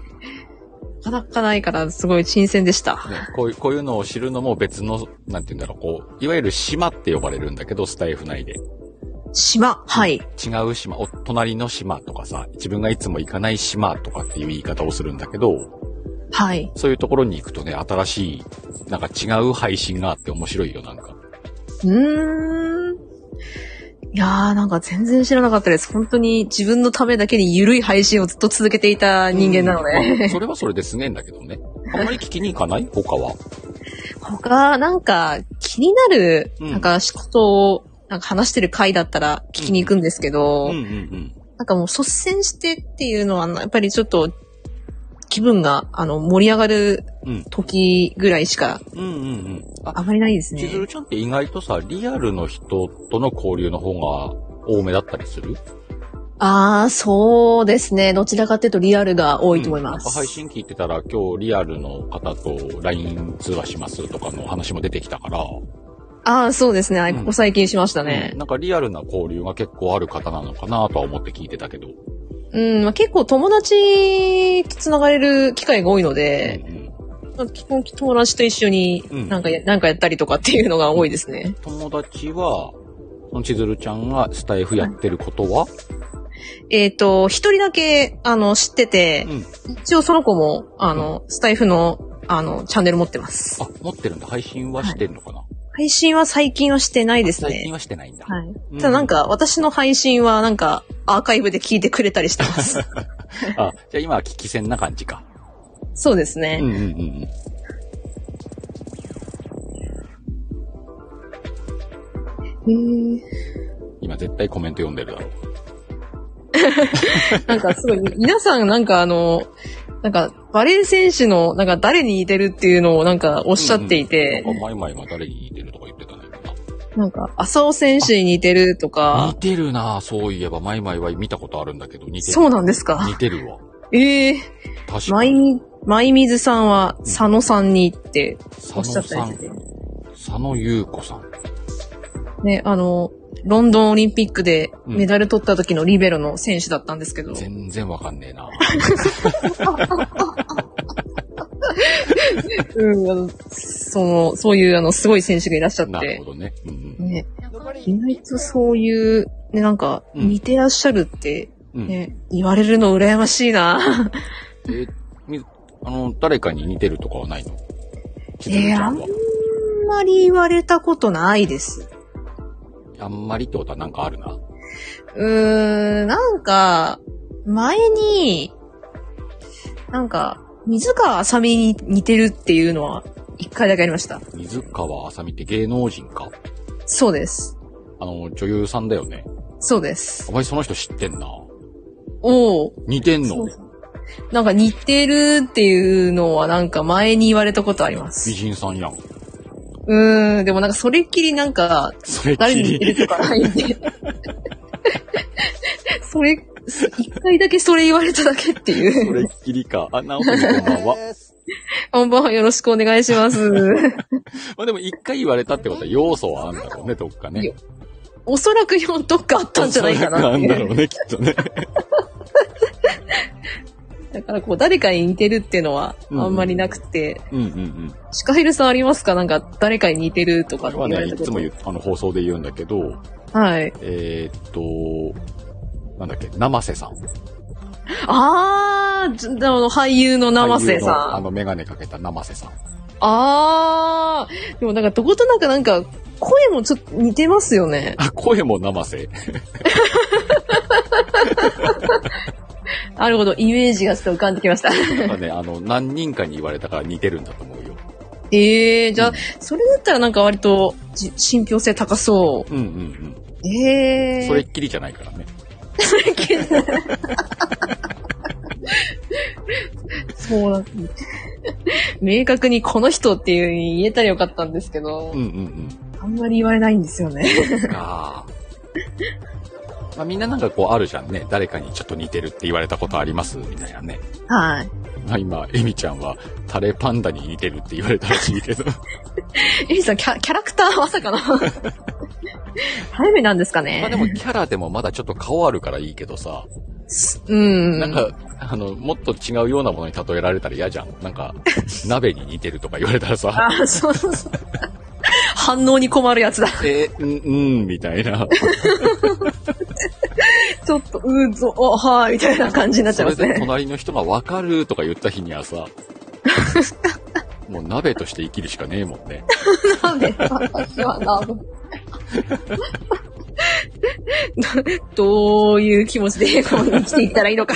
A: なかなかないから、すごい新鮮でした。
C: ね、こういう、こういうのを知るのも別の、なんて言うんだろう、こう、いわゆる島って呼ばれるんだけど、スタイフ内で。
A: 島、はい。
C: 違う島、お隣の島とかさ、自分がいつも行かない島とかっていう言い方をするんだけど、
A: はい。
C: そういうところに行くとね、新しい、なんか違う配信があって面白いよ、なんか。
A: うーん。いやー、なんか全然知らなかったです。本当に自分のためだけに緩い配信をずっと続けていた人間なの
C: うんまあ
A: で。
C: それはそれですげえんだけどね。あんまり聞きに行かない他は。
A: <laughs> 他、なんか気になる、
C: うん
A: なんかことを、なんか話してる回だったら聞きに行くんですけど、
C: うんうん
A: なんかもう率先してっていうのは、やっぱりちょっと気分が、あの、盛り上がる
C: うん
A: 時ぐらいしか
C: うん。うんうんうん。あ、
A: あまりないです
C: 千
A: ね。
C: 鶴ちゃんって意外とさ、リアルの人との交流の方が多めだったりする
A: ああ、そうですね。どちらかというとリアルが多いと思いま
C: うんなんか
A: す。
C: 配信聞いてたら今日リアルの方と LINE 通話しますとかの話も出てきたから、
A: ああ、そうですね。あれ
C: うん
A: ここ最近しました
C: う
A: ね
C: ん。なんかリアルな交流が結構ある方なのかなとは思って聞いてたけど。
A: うん、まあ、結構友達と繋がれる機会が多いので、
C: うんうん
A: まあ基本友達と一緒に
C: うん
A: なんかや、なんかやったりとかっていうのが多いですね。
C: 友達は、その千鶴ちゃんがスタイフやってることは、
A: えっ、と、一人だけ、あの、知ってて、
C: うん。
A: 一応その子も、あの、スタイフの、あの、チャンネル持ってます。
C: あ、持ってるんだ。配信はしてんのかな、
A: 配信は最近はしてないです
C: 最近
A: ね。
C: はしてないんだ。
A: はい。
C: う
A: ただなん、か、私の配信はなんか、アーカイブで聞いてくれたりして
C: <laughs>
A: ます。
C: あ、じゃあ今は聞き戦な感じか。
A: そうですね。
C: うんうんうんうん。今絶対コメント読んでるだろう。
A: なんかすごい、皆さんなんかあの、なんかバレー選手のなんか誰に似てるっていうのをなんかおっしゃっていて、
C: なんか前々今誰に似てるとか言ってたんだけど
A: なんか浅尾選手に似てると
C: な。
A: か
C: 似、てるなぁそういえば、前々は見たことあるんだけど、似てる。
A: そうなんですか。
C: 似てるわ。
A: ええ
C: 確
A: マ
C: か
A: イ
C: に。
A: ミ、マイミズさんは佐野さんにって
C: 佐
A: おっしゃ
C: 野
A: った
C: さ
A: りし
C: ん
A: て、て、
C: 佐野優子さん。
A: ね、あの、ロンドンオリンピックで
C: うん
A: メダル取った時のリベロの選手だったんですけど、
C: 全然わかんねえな
A: うん、あの、その、そういうあの、すごい選手がいらっしゃっ
C: なる
A: て
C: ほ、どね。うんうん
A: ね、意外とそういう、ね、なんか、
C: うん
A: 似てらっしゃるって、
C: うん。
A: ね、言われるの羨まし
C: <laughs>
A: いな。
C: えーみあの、誰かに似てるとかはないの千鶴ちゃんは。
A: あんまり言われたことないです。
C: あんまりってことはなんかあるな。
A: うーん、なんか、前に、なんか、水川あさみに似てるっていうのは、一回だけありました。
C: 水川あさみって芸能人か
A: そうです。
C: あの、女優さんだよね。
A: そうです
C: お。前その人知ってんな。
A: おー
C: 似てん
A: そ
C: の
A: うなんか似てるっていうのはなんか前に言われたことありま
C: 美
A: す。
C: 人さんやん。
A: うーん、でもなんかそれっきりなんか
C: それっ
A: 誰に
C: き <laughs>
A: 似て
C: り。
A: るとかないんで。それっ一回だけそれ言われただけってい。
C: そうれっきりか。あ、なおみこんばんは。
A: こんばんはよろしくお願いします。
C: まあでも一回言われたってことは要素はあるんだろうね、どっかね
A: よ。おそらく今どっかあったんじゃないかな
C: な
A: っ
C: ん
A: て
C: だろうね、きっと
A: <laughs>
C: ね。
A: だからこう、誰かに似てるっていうのはあんまりなくて、
C: うんうんうん。
A: シカヘルさんありますかなんか誰かに似てるとかっ
C: これ
A: て言
C: はね、
A: われ
C: い
A: たこ
C: つ
A: と。
C: も言うあの放送で言うんだけど、
A: はい。
C: えーっと、なんだっけ、生瀬さん。
A: あー、じあの、俳優の生瀬
C: 俳優の
A: さ
C: あ
A: ん。
C: の、メガネかけた生瀬さん。
A: あー、でもなんかどことなくなんか、声もちょっと似てますよね。
C: あ、声も生瀬。
A: なるほど、イメージがちょっと浮かんできました。 <laughs>
C: やっぱね、あの、何人かに言われたから似てるんだと思うよ。
A: えー、じゃあ、
C: うん
A: それだったらなんか割とじ信憑性高そ
C: うんうん
A: う。
C: う
A: えー。
C: ん。それっきりじゃないからね。
A: そうなんです。 <laughs> 明確にこの人っていうふうに言えたらよかったんですけど
C: うん、うんうん。
A: あんまり言われないんですよね。 <laughs>
C: か。まあ、みんななんかこうあるじゃんね。誰かにちょっと似てるって言われたことありますみたいなね。
A: はい。
C: まあ、今、エミちゃんはタレパンダに似てるって言われたらしいけど。ま
A: エリさん、キャキャラクターまさ
C: <laughs>
A: かの。早めなんですかね
C: あでもキャラでもまだちょっと顔あるからいいけどさ。
A: うん。
C: なんか、あの、もっと違うようなものに例えられたら嫌じゃん。なん
A: <laughs>
C: か、鍋に似てるとか言われたらさ、
A: あ、そうそうそう。反応に困るやつだ。
C: えー、うん、うん、みたいな。
A: ちょっと、うーぞ、お、はーい、みたいな感じになっちゃ
C: そ
A: いま
C: れ
A: す
C: で
A: ね。
C: 隣の人がわかるとか言った日には
A: <laughs>
C: さ、もう鍋として生きるしかねえもんね。 <laughs>
A: なんで、私はな。どういう気持ちで、こう、生きていったらいいのか。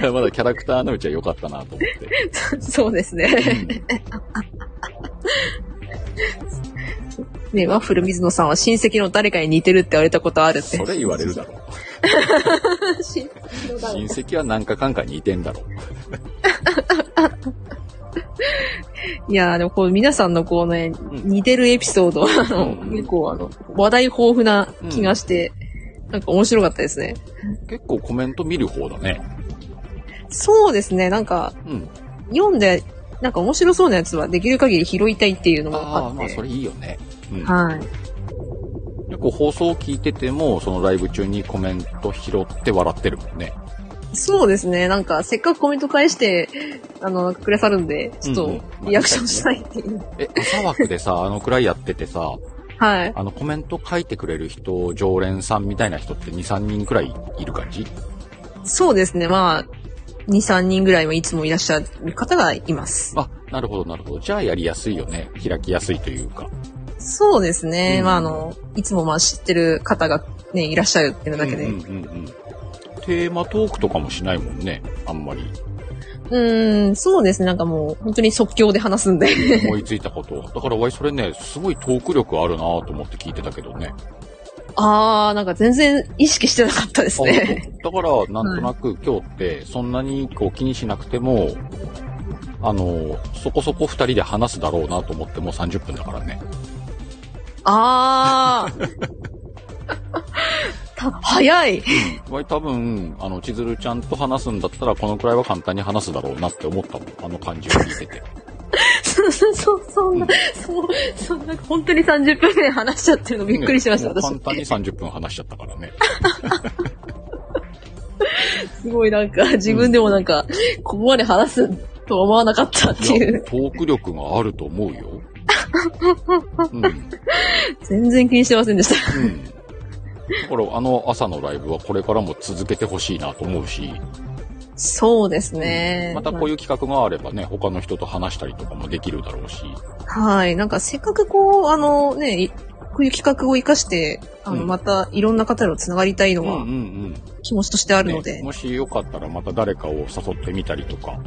C: まだキャラクターのうちは良かったなと思って。
A: そうですね。ねワッフル水野さんは親戚の誰かに似てるって言われたこと <laughs> あるって。
C: それ言われるだろう。
A: 親戚の誰
C: 親戚は何かかんか似てんだろう。
A: いやーでもこう皆さんのこうね、
C: ん
A: 似てるエピソード、あの
C: うん
A: 結構あの、話題豊富な気がして、なんか面白かったですね。
C: 結構コメント見る方だね。
A: そうですね、なんか
C: うん。
A: 読んで、なんか面白そうなやつはできる限り拾いたいっていうのも
C: あ
A: あ
C: あ、
A: っ
C: まあ
A: て。
C: それいいよね。うん。
A: はい。
C: 結構放送を聞いてても、そのライブ中にコメント拾って笑ってるもんね。
A: そうですね。なんか、せっかくコメント返して、あの、くれさるんで、ちょっ
C: うんうん
A: と、リアクションしたいっていう。
C: え、朝枠でさ、あ <laughs> のくらいやっててさ、
A: はい。
C: あのコメント書いてくれる人、常連さんみたいな人って2、3人くらいいる感じ
A: そうですね。まあ、2、3人ぐらいはいつもいらっしゃる方がいます。
C: あ、なるほどなるほど。じゃあやりやすいよね。開きやすいというか。
A: そうですね。
C: うん
A: まあ、あの、いつもまあ知ってる方がね、いらっしゃるっていうだけで。
C: う
A: うん
C: うんうんうん。テーマトークとかもしないもんね。あんまり。
A: ーん、そうですね。なんかもう、本当に即興で話すんで。 <laughs>
C: 思いついたことを。だから、わい、それね、すごいトーク力あるなと思って聞いてたけどね。
A: あー、なんか全然意識してなかったですね。
C: あだから、なんとなく今日って、そんなにこう気にしなくても、あの、そこそこ二人で話すだろうなと思ってもう30分だからね。
A: あー。た早い。
C: わい、多分、あの、千鶴ちゃんと話すんだったら、このくらいは簡単に話すだろうなって思ったもん。あの感じを聞いてて。
A: そう、そうそん
C: う
A: な
C: ん、
A: そう、そんな、本当に30分で話しちゃってるの <laughs> びっくりしました、
C: ねも
A: 私
C: う。簡単に30分話しちゃったから
A: <laughs>
C: ね。
A: すごいなんか、自分でもなんか、ここまで話すとは思わなかったって
C: い
A: い
C: や、
A: う。
C: トーク力があると思う
A: <laughs>
C: よ。うん。
A: 全然気にしてませんでした。
C: うん。だから、あの朝のライブはこれからも続けてほしいなと思うし、
A: そうですね。
C: またこういう企画があればね、他の人と話したりとかもできるだろうし、
A: はい。なんか、せっかくこう、あのね、いこういう企画を活かして、あ
C: う
A: の、
C: ん
A: またいろんな方と繋がりたいのは
C: ん
A: 気持ちとしてあるの
C: ね
A: で。
C: もしよかったらまた誰かを誘ってみたりとか、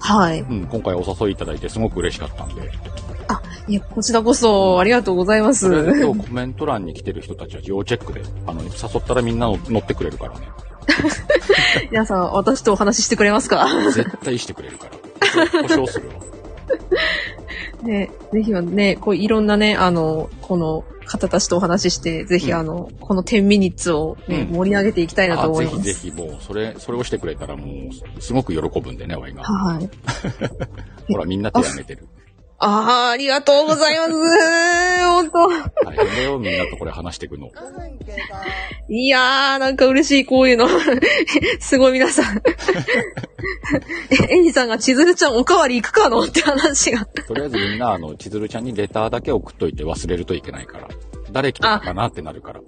A: はい。
C: うん、今回お誘いいただいてすごく嬉しかったんで、
A: いや、こちらこそありがとうございま。
C: それです今日コメント欄に来てる人たちは要チェックで、あの、誘ったらみんな乗ってくれる
A: <laughs>
C: からね。
A: 皆さん、私とお話ししてくれますか <laughs>
C: 絶対してくれるから。保証するわ。
A: ね、ぜひはね、こういろんなね、あの、この方たちとお話しして、ぜひ
C: うん
A: あの、この10ミニッツをね、
C: うん
A: 盛り上げていきたいなと
C: あ
A: 思い
C: ぜ
A: ま
C: ひ
A: す。
C: ぜひ、もう、それ、それをしてくれたらもう、すごく喜ぶんでね、ワイが。
A: はい。
C: ほら、みんな手やめてる。
A: ああ、ありがとうございます。 <laughs> 本当。
C: 大変だよ、みんなとこれ話してくの。
B: 5分
A: <laughs>
B: 経過。
A: いやー、なんか嬉しい、こういうの。 <laughs> すごい、皆さん。 <laughs> え、エニさんが、千鶴ちゃんおかわり行くかのって話が。
C: とりあえずみんな、あの、千鶴ちゃんにレターだけ送っといて忘れるといけないから。誰来てたかなってなるから。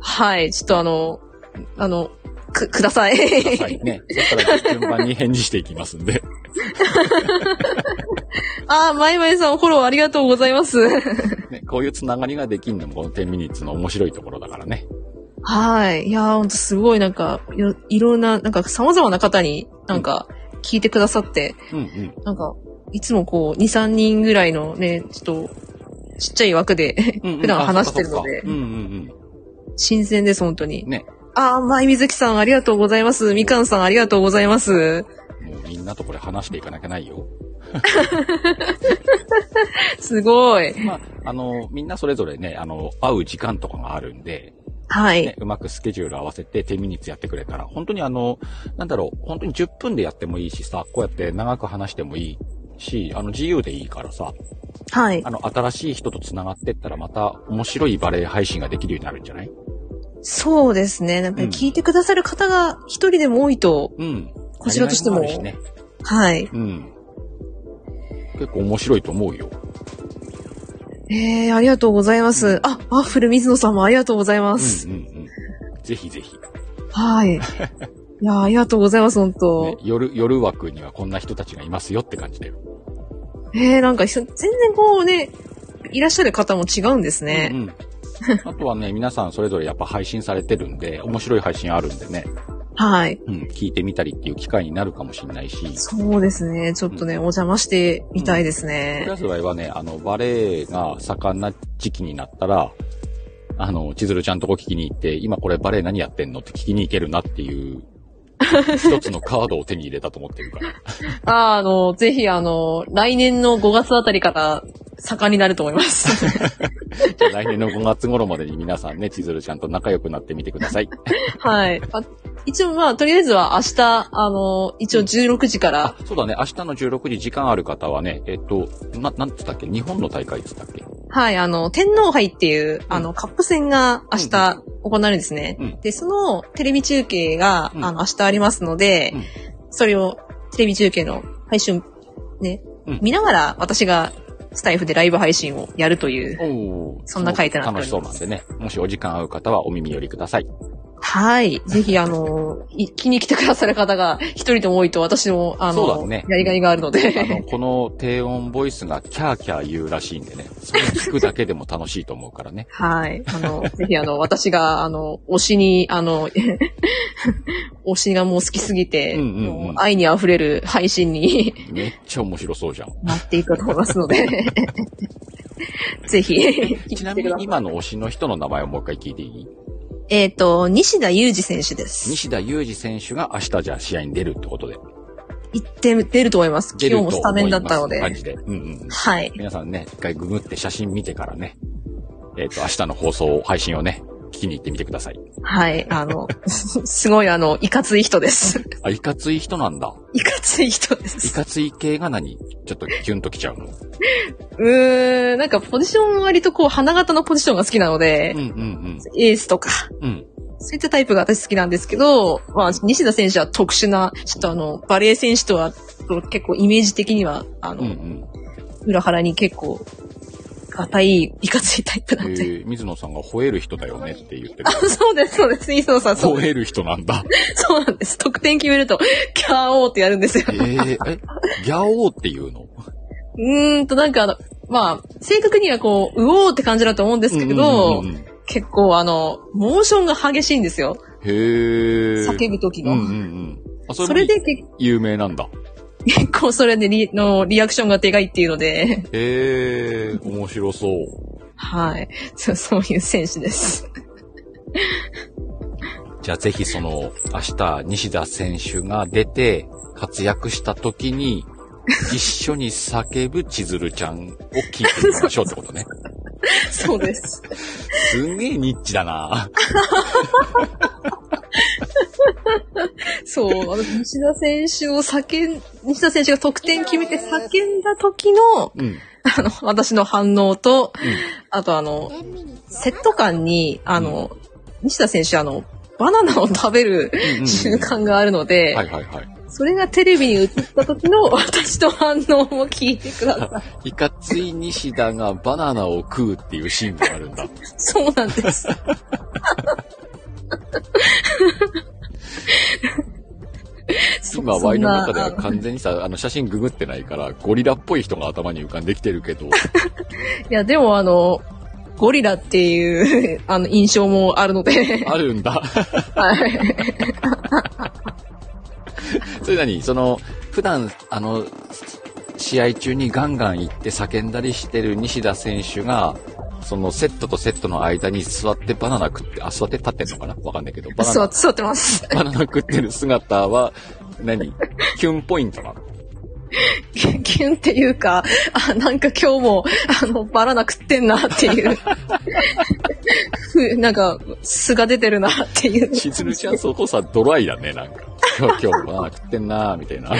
A: はい、ちょっとあの、あの、く、ください。
C: くださいね。そしたら順番に返事していきますんで。
A: <laughs> ああ、まいまいさん、フォローありがとうございます。
C: ね、こういうつながりができんのも、この10ミニッツの面白いところだからね。
A: はい。いやー、ほんとすごいなんか、いろいろんな、なんか様々な方になんか聞いてくださって、
C: うんうん。
A: なんか、いつもこう、2、3人ぐらいのね、ちょっと、ちっちゃい枠で <laughs>
C: うんうん
A: 普段話してるので
C: あそっかそっかうんうん
A: 新鮮です、本当に
C: うん。。ね。
A: ああ、まいみずきさんありがとうございます。みかんさんありがとうございます。
C: もうみんなとこれ話していかなきゃないよ。
A: すごい。
C: まあ、あの、みんなそれぞれね、あの、会う時間とかがあるんで、
A: はい。
C: ね、うまくスケジュール合わせて10ミニッツやってくれたら、本当にあの、なんだろう、本当に10分でやってもいいしさ、こうやって長く話してもいいし、あの、自由でいいからさ、
A: はい
C: あ。の、新しい人と繋がってったらまた面白いバレエ配信ができるようになるんじゃない
A: そうですね。なんか
C: うん
A: 聞いてくださる方が一人でも多いと、
C: うん。
A: こちらとしても
C: やりがいあるしね。
A: はい。
C: うん。結構面白いと思うよ。
A: ええー、ありがとうございます。あ、ワッフル水野さんもありがとうございます。
C: うんうんうん。ぜひぜひ。 <laughs>
A: はい。いやーありがとうございます、本
C: ね
A: 当、
C: 夜、夜枠にはこんな人たちがいますよって感じだよ。
A: えー、なんか、ひょ全然こうね、いらっしゃる方も違うんですね。 <laughs>
C: うんうん。あとはね、皆さんそれぞれやっぱ配信されてるんで、面白い配信あるんでね、
A: はい。
C: うん、聞いてみたりっていう機会になるかもしれないし、と
A: そうですね。ちょっとね、お邪魔してみたいですね
C: りあ。えず場合はね、あの、バレエが盛んな時期になったら、あの、千鶴ちゃんとこ聞きに行って、今これバレエ何やってんのって聞きに行けるなっていう、一つのカードを手に入れたと思ってるから。
A: あーあの、ぜひ、あの、来年の5月あたりから盛んになると思
C: <laughs>
A: います。
C: じゃあ来年の5月頃までに皆さんね、千鶴ちゃんと仲良くなってみてください。
A: はい。あ一応、まあ、とりあえずは明日、あの、一応16時から
C: あ、、そうだね。明日の16時時間ある方はね、えっと、な、なんつったっけ日本の大会っつったっけ
A: はい、あの、天皇杯っていう、あの、カップ戦が明日行われるんですね。
C: うん
A: で、そのテレビ中継が、
C: うん
A: あの、明日ありますので、
C: うん
A: それをテレビ中継の配信、ね、
C: うん
A: 見ながら私がスタイフでライブ配信をやるという。
C: おお。
A: そんな書いてなかった
C: 楽しそうなんでね。もしお時間合う方はお耳寄りください。
A: はい。ぜひ、あの、い <laughs> 気に来てくださる方が一人でも多いと私も、あ
C: そう
A: の、
C: だね
A: やりがいがあるの
C: あ
A: で。。
C: の、この低音ボイスがキャーキャー言うらしいんでね。それを聞くだけでも楽しいと思うからね
A: <laughs> はい。あの、ぜひあの、私が、あの、推しに、あの、 <laughs> 推しがもう好きすぎて、
C: うんうんうん
A: もう愛に溢れる配信に <laughs>
C: めっちゃ面白そうじゃん。
A: なっていくと思います
C: <laughs>
A: ので、ぜひ、聞い
C: ちな
A: て
C: みに
A: ください。
C: 今の推しの人の名前をもう一回聞いていい
A: えっ、と、西田裕二選手です。
C: 西田裕二選手が明日じゃあ試合に出るってことで。
A: 行って、出ると思います。
C: 出る
A: 今
C: と
A: 日
C: 思
A: も
C: います
A: スタメンだったので。
C: 感じで。うんうん。
A: はい。
C: 皆さんね、一回ググって写真見てからね、えっ、と、明日の放送、配信をね、聞きに行ってみてください。
A: はい。あの、 <laughs> すごいあの、いかつい人です。 <laughs>
C: あ、いかつい人なんだ。
A: いかつい人で
C: い
A: す。
C: かつい系が何ちょっとキュンときちゃうの。
A: うーん、なんかポジションは割とこう、花形のポジションが好きなので
C: うん、うん
A: エースとか、
C: うん。うん。
A: そういったタイプが私好きなんですけど、まあ、西田選手は特殊な、ちょっとあの、バレー選手とは、結構イメージ的には、あ
C: う
A: の、
C: んうん。
A: 裏腹に結構、硬い、いかついタイプ
C: え
A: なんで。
C: ー、水野さんが吠える人だよねって言ってる。
A: <laughs> そうです、そうです。西野さん、そう
C: 吠える人なんだ。
A: そうなんです。得点決めると、キャーオーってやるんですよ
C: え。ー、え、ギャオーっていうの
A: うーんと、なんかあの、まあ、正確にはこう、うおーって感じだと思うんですけ
C: う
A: ど
C: んうんうんうん、
A: 結構あの、モーションが激しいんですよ。
C: へー。
A: 叫ぶ時
C: うんうん
A: の。
C: うん。あ、そ
A: そ
C: れ
A: れ
C: で
A: で結
C: 有名なんだ。
A: 結構それでリのリアクションがでかいっていうので、
C: へー、面白そう。
A: はい。 <laughs> そう、そういう選手
C: <laughs>
A: です。
C: じゃあぜひ <laughs> その、明日、西田選手が出て、活躍した時に、一緒に叫ぶ千鶴ちゃんを聞いてみましょうって <laughs> ことね。
A: そうです。
C: すんげえニッチだな。
A: <laughs> そう、あの、西田選手を叫ん、西田選手が得点決めて叫んだ時の、 <laughs>
C: うん。うん。
A: あの、私の反応と、あとあの、セット間に、あの、西田選手、あの、バナナを食べる
C: うんうん
A: 習慣があるので、
C: はいはいはい。
A: それがテレビに映った時の <laughs> 私の反応も聞いてください。
C: いかつい西田がバナナを食うっていうシーンがあるん
A: <laughs>
C: だ。
A: そうなんです。そ
C: 今、ワイの中では
A: そんな
C: 完全にさ、あの、写真ググってないから、ゴリラっぽい人が頭に浮かんできてるけ
A: <laughs>
C: ど、
A: いや、でもあの、ゴリラっていう、あの、印象もあるので、
C: あるんだ。
A: はい。
C: <laughs> それ何その、普段、あの、試合中にガンガン行って叫んだりしてる西田選手が、そのセットとセットの間に座ってバナナ食って、あ、座って立ってんのかなわかんないけど、バナ
A: 座
C: ナ、
A: って、座ってます。 <laughs>
C: バナナ食ってる姿は何、キュンポイントなの
A: キュンキュンっていうか、あ、なんか今日も、あの、バナナ食ってんなっていう。ふ <laughs> なんか、素が出てるなっていう。
C: しずるちゃんそこさ、ドライだね、なんか。今日、今日、バナナ食ってんなーみた <laughs> いな。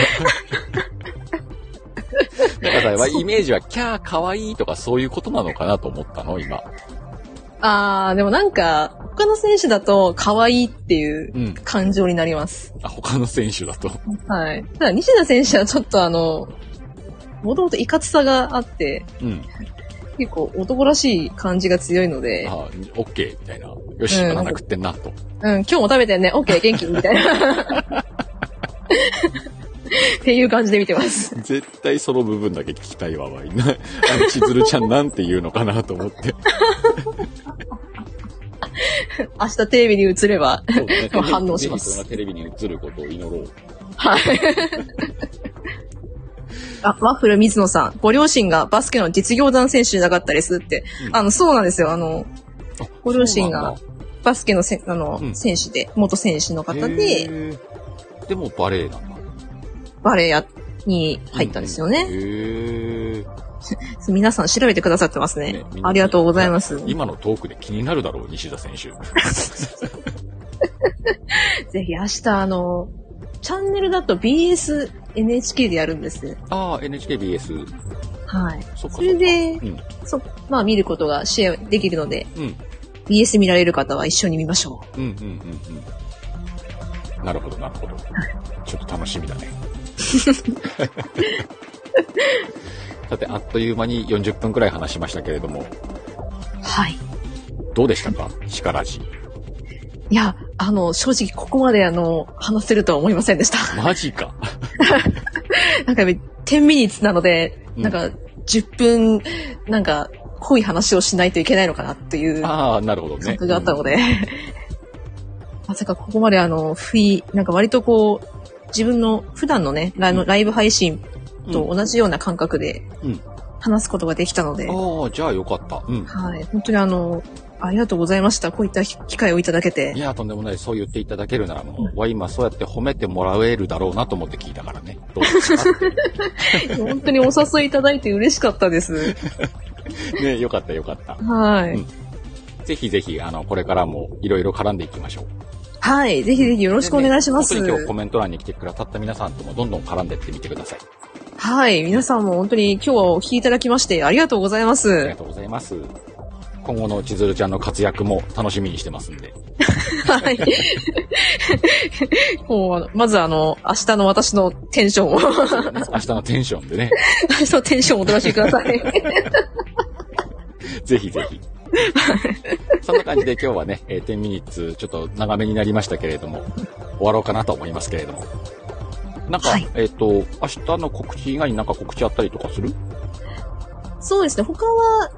C: だからさ、イメージは、キャー可愛いとかそういうことなのかなと思ったの、今。
A: あー、でもなんか、他の選手だと、可愛いっていう
C: うん。
A: 感情になります。
C: あ、他の選手だと。
A: はい。ただ、西田選手はちょっとあの、もともといかつさがあって、
C: うん。
A: 結構男らしい感じが強いので、
C: あ、オッケーみたいな。よし、
A: うん
C: バナナ食ってんな、と。
A: うん、今日も食べてね、OK、元気みたいな。
C: <laughs>
A: っていう感じで見てます。
C: 絶対その部分だけ聞きたいわ、わいな。あの、しずるちゃんなんて言うのかなと思って。
A: 明日テレビに映れば。
C: そうね
A: <laughs> 反応します
C: ぜひそんなテレビに映ることを祈ろう。
A: はい。あ、ワッフル水野さん。ご両親がバスケの実業団選手じゃなかったですって。
C: うん
A: あの、そうなんですよ。あの、ご両親が
C: そう
A: バスケのせあの、
C: うん
A: 選手で、元選手の
C: なんだ
A: 方で、
C: へーでもバレエなんだ。
A: バレエやに入ったんですよね。
C: へー
A: 皆さん調べてくださってますね。
C: ねみんな
A: ありがとうございます。
C: 今のトークで気になるだろう、西田選手。
A: <laughs> ぜひ明日、あの、チャンネルだと BS、NHK でやるんです。
C: ああ、NHKBS。
A: はい。
C: そっか
A: それで
C: そ、っか
A: そ、まあ見ることがシェアできるので、
C: うん。うん。
A: BS 見られる方は一緒に見ましょ
C: うんうんうんうん。なるほど、なるほど。ちょっと楽しみだ
A: <laughs>
C: ね。さて、あっという間に40分くらい話しましたけれども、
A: う。はい。
C: どうでしたか力士。
A: いや、あの、正直ここまであの、話せるとは思いませんでした。 <laughs>
C: マジか。
A: なんか、10ミニッツなので、
C: うん
A: なんか、10分、なんか、濃い話をしないといけないのかなっていう感
C: ああ、なるほどね。
A: 覚があったので、 <laughs> まさかここまであの、不意、なんか割とこう、自分の普段のね、ライブ
C: うん
A: ライブ配信
C: うん、
A: と同じような感覚で
C: うん、
A: 話すことができたので、
C: ああ、じゃあよかった。うん。
A: はい、本当にあの、ありがとうございました。こういった機会をいただけて
C: い。や、とんでもない。そう言っていただけるなら、もう、わ、今そうやって褒めてもらえるだろうなと思って聞いたからね。どうですか
A: <laughs> 本当にお誘いいただいて嬉しかっ
C: <laughs>
A: たです。
C: ね、よかったよかった。
A: はい。
C: うんぜひぜひ、あの、これからもいろいろ絡んでいきましょう。よ
A: はい。ぜひぜひよろしくお願いします。
C: 本当に今日コメント欄に来てくださった皆さんともどんどん絡んでいってみてください。
A: はい。皆さんも本当に今日はお聞きいただきましてありがとうござい
C: あ
A: ま
C: り
A: す
C: が。とうございます。今後の千鶴ちゃんの活躍も楽しみにしてますんで。
A: はい。 <laughs> もうあの、まずあの、明日の私のテンションを、 <laughs>
C: 明日のテンションでね、
A: 私のテンションをおとらしいくださ
C: <laughs>
A: い。
C: ぜひぜ
A: <laughs>
C: ひ。そんな感じで今日はね、えー10ミニッツちょっと長めになりましたけれども、終わろうかなと思いますけれども。なんか、
A: はい
C: えっ、と、明日の告知以外になんか告知あったりとかする
A: そうですね。他は、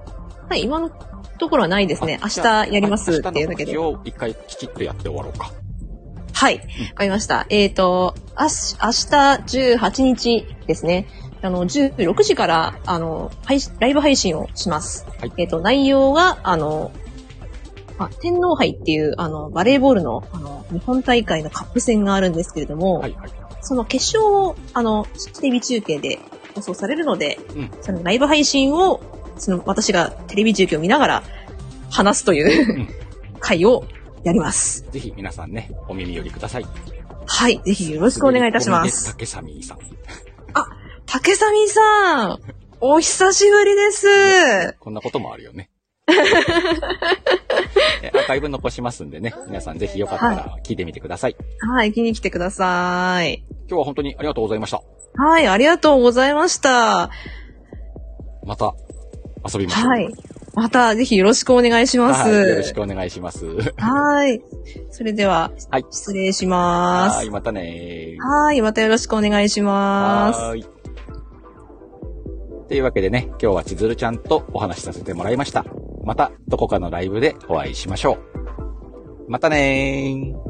A: はい、今のところはないですね。明日やりますっていうだけで
C: 明日。の告知を一回きちっとやって終わろうか。
A: はい。わかりました。えっ、と、あし、明日18日ですね。あの、16時から、あの、配信ライブ配信をします。
C: はい
A: えっ、と、内容が、あの、あ天皇杯っていう、あの、バレーボールの、あの、日本大会のカップ戦があるんですけれども、
C: はいはい。
A: その決勝を、あの、テレビ中継で放送されるので、
C: うん
A: そのライブ配信を、その私がテレビ中継を見ながら話すという、
C: うん
A: 回をやります。
C: ぜひ皆さんね、お耳寄りください。よ
A: はい。ぜひよろしくお願いいたします。
C: 竹サミーさん。
A: 竹サミさん、お久しぶりです。
C: こんなこともあるよ
A: <laughs>
C: ね。えアーカイブ残しますんでね、皆さんぜひよかったら聞いてみてください。
A: はい、気に来てください。
C: 今日は本当にありがとうございました。
A: はい、ありがとうございました。
C: また遊びましょう。
A: はい。また、ぜひよろしくお願いします。
C: はいよろしくお願いします。
A: はい。それでは、
C: はい
A: 失礼しま
C: は
A: す
C: い、。またねー。
A: はい。またよろしくお願いします。
C: はーい。というわけでね、今日は千鶴ちゃんとお話しさせてもらいました。またどこかのライブでお会いしましょう。またねー。